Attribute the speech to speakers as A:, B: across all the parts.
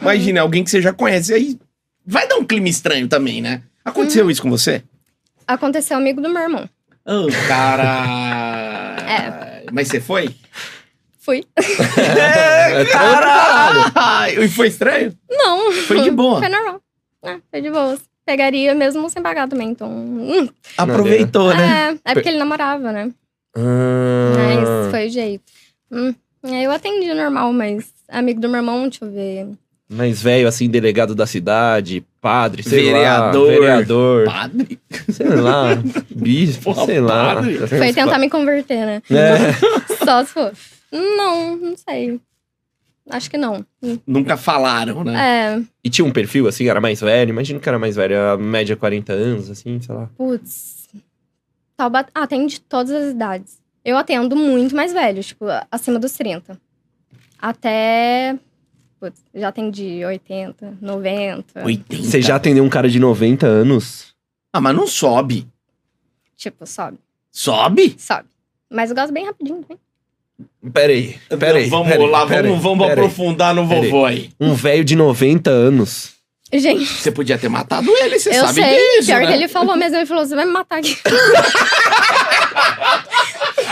A: Imagina, alguém que você já conhece. Aí vai dar um clima estranho também, né? Aconteceu isso com você?
B: Aconteceu um amigo do meu irmão.
A: Oh, cara.
B: É.
A: Mas você foi?
B: Fui.
A: É, caralho! E foi estranho?
B: Não.
A: Foi de boa.
B: Foi normal. É, foi de boas. Pegaria mesmo sem pagar também, então. hum.
A: Aproveitou, né?
B: É, é porque ele namorava, né? Mas
C: Ah,
B: foi o jeito. Hum. Aí Eu atendi normal, mas amigo do meu irmão, deixa eu ver.
C: mas velho, assim, delegado da cidade, padre, sei
A: Vereador.
C: lá. Vereador.
A: Padre?
C: Sei lá. Bispo,
A: Porra,
C: sei lá.
A: padre.
B: Foi tentar me converter, né?
C: É.
B: Só se for. Não, não sei. Acho que não.
A: Hum. Nunca falaram, né?
B: É,
C: E tinha um perfil, assim, era mais velho. Imagina que era mais velho, a média 40 anos, assim, sei lá.
B: putz. Tauba... Ah, tem de todas as idades. Eu atendo muito mais velhos, tipo, acima dos 30. Até. Putz, já atendi 80, 90.
A: 80.
C: Você já atendeu um cara de 90 anos?
A: Ah, mas não sobe.
B: Tipo, sobe,
A: Sobe?
B: sobe. Mas eu gosto bem rapidinho, né?
C: Pera aí, pera aí.
A: vamos
C: pera aí,
A: lá,
C: pera
A: vamos,
C: aí,
A: vamos
C: pera aí.
A: aprofundar no
C: Pera aí.
A: vovô aí.
C: Um velho de 90 anos.
B: Gente,
A: Você podia ter matado ele, você
B: eu
A: sabe
B: sei.
A: disso,
B: pior
A: né?
B: que ele falou mesmo, ele falou: você vai me matar aqui.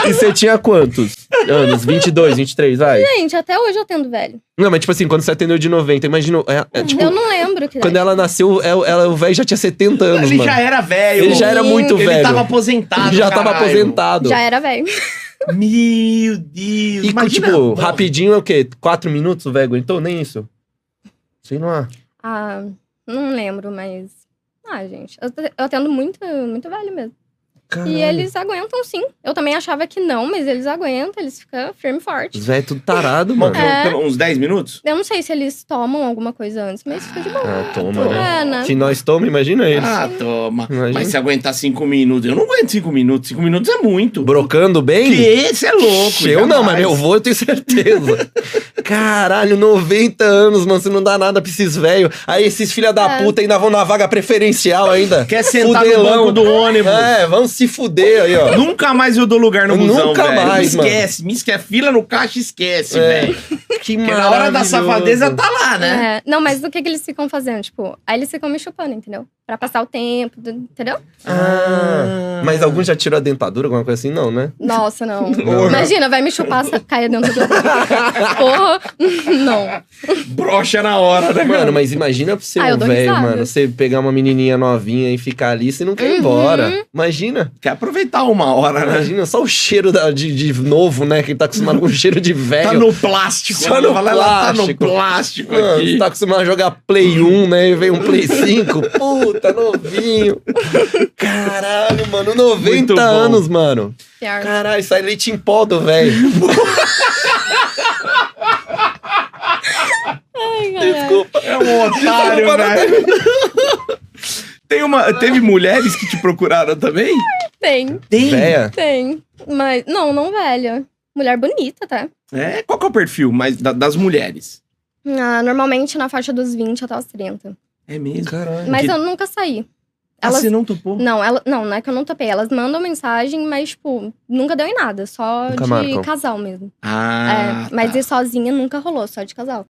C: E você tinha quantos anos? 22, 23, vai.
B: Gente, até hoje eu atendo velho.
C: Não, mas tipo assim, quando você atendeu de 90, imagina. É, é, tipo,
B: eu não lembro que.
C: quando ela nasceu, é- ela, o velho já tinha 70 anos,
A: Ele
C: mano.
A: já era velho.
C: Ele já era muito
A: Ele
C: velho.
A: tava aposentado.
C: Ele já tava
A: caralho.
C: aposentado.
B: Já era velho.
A: Meu Deus.
C: E,
A: imagina,
C: tipo,
A: porra.
C: rapidinho é o quê? Quatro minutos o velho aguentou? Nem isso. Sei lá.
B: Ah, não lembro, mas. Ah, gente, eu te- eu atendo muito, muito velho mesmo.
C: Caralho.
B: E eles aguentam, sim. Eu também achava que não, mas eles aguentam, eles ficam firme e
C: Os
B: forte.
C: velhos é tudo tarado,
A: Bom,
C: mano.
B: É.
A: pelo- pelo- Uns 10 minutos?
B: Eu não sei se eles tomam alguma coisa antes, mas fica de boa.
C: Ah, toma, né?
B: É, né?
C: Se nós toma, imagina eles.
A: Ah, toma.
C: Imagina.
A: Mas se aguentar 5 minutos. Eu não aguento 5 minutos. 5 minutos é muito.
C: Brocando bem?
A: Que? Você é louco.
C: Eu não,
A: jamais.
C: mas meu avô eu tenho certeza. Caralho, 90 anos, mano, você não dá nada pra esses velhos. Aí esses filha da
B: É.
C: puta ainda vão na vaga preferencial ainda.
A: Quer sentar
C: Fudelão.
A: no banco do ônibus.
C: É, vão se fuder aí, ó.
A: Nunca mais eu dou lugar no
C: Nunca
A: busão, velho.
C: mais, mano.
A: esquece, me esquece. Fila no caixa, esquece,
C: É.
A: velho.
C: Que
A: Porque na hora da
C: maravilhoso.
A: safadeza tá lá, né?
B: É, não, mas o que, que eles ficam fazendo? Tipo, aí eles ficam me chupando, entendeu? Pra passar o tempo, do- entendeu?
C: Ah, mas algum já tirou a dentadura, alguma coisa assim? Não, né?
B: Nossa, não.
C: Não.
B: Imagina, vai me chupar, sa- caia dentro do. Porra, não.
A: Brocha na hora, né,
C: Mano,
A: mano?
C: mas imagina pra você, um
B: Ah, eu dou
C: velho,
B: risada.
C: mano. Você pegar uma menininha novinha e ficar ali, você não quer ir
B: Uhum.
C: embora. Imagina.
A: Quer aproveitar uma hora, né?
C: Imagina só o cheiro da- de, de novo, né? Que tá acostumado com o cheiro de velho.
A: Tá no plástico.
C: Só
A: ela
C: no
A: fala, ela tá no
C: plástico.
A: plástico
C: Mano,
A: aqui.
C: você tá acostumado a jogar Play 1, né? E veio um Play 5. Puta, novinho. Caralho, mano. 90
A: Muito bom.
C: anos, mano.
B: Pior.
C: Caralho, sai leite em pó do velho.
B: Ai, caralho.
C: Desculpa.
A: É um otário, né? Tem uma, teve mulheres que te procuraram também?
B: Tem,
A: Tem.
C: Véia?
B: tem. Mas, não, não velha. Mulher bonita, tá?
A: É, qual que é o perfil mais da- das mulheres?
B: Ah, normalmente na faixa dos 20 até os 30.
A: É mesmo?
C: Caralho.
B: Mas
A: Que-
B: eu nunca saí.
A: Ah,
B: Elas
A: você não topou?
B: Não, ela, não, não é que eu não topei. Elas mandam mensagem, mas, tipo, nunca deu em nada. Só
C: Nunca
B: de
C: marcam.
B: casal mesmo.
A: Ah,
B: É, mas
A: tá.
B: ir sozinha nunca rolou, só de casal.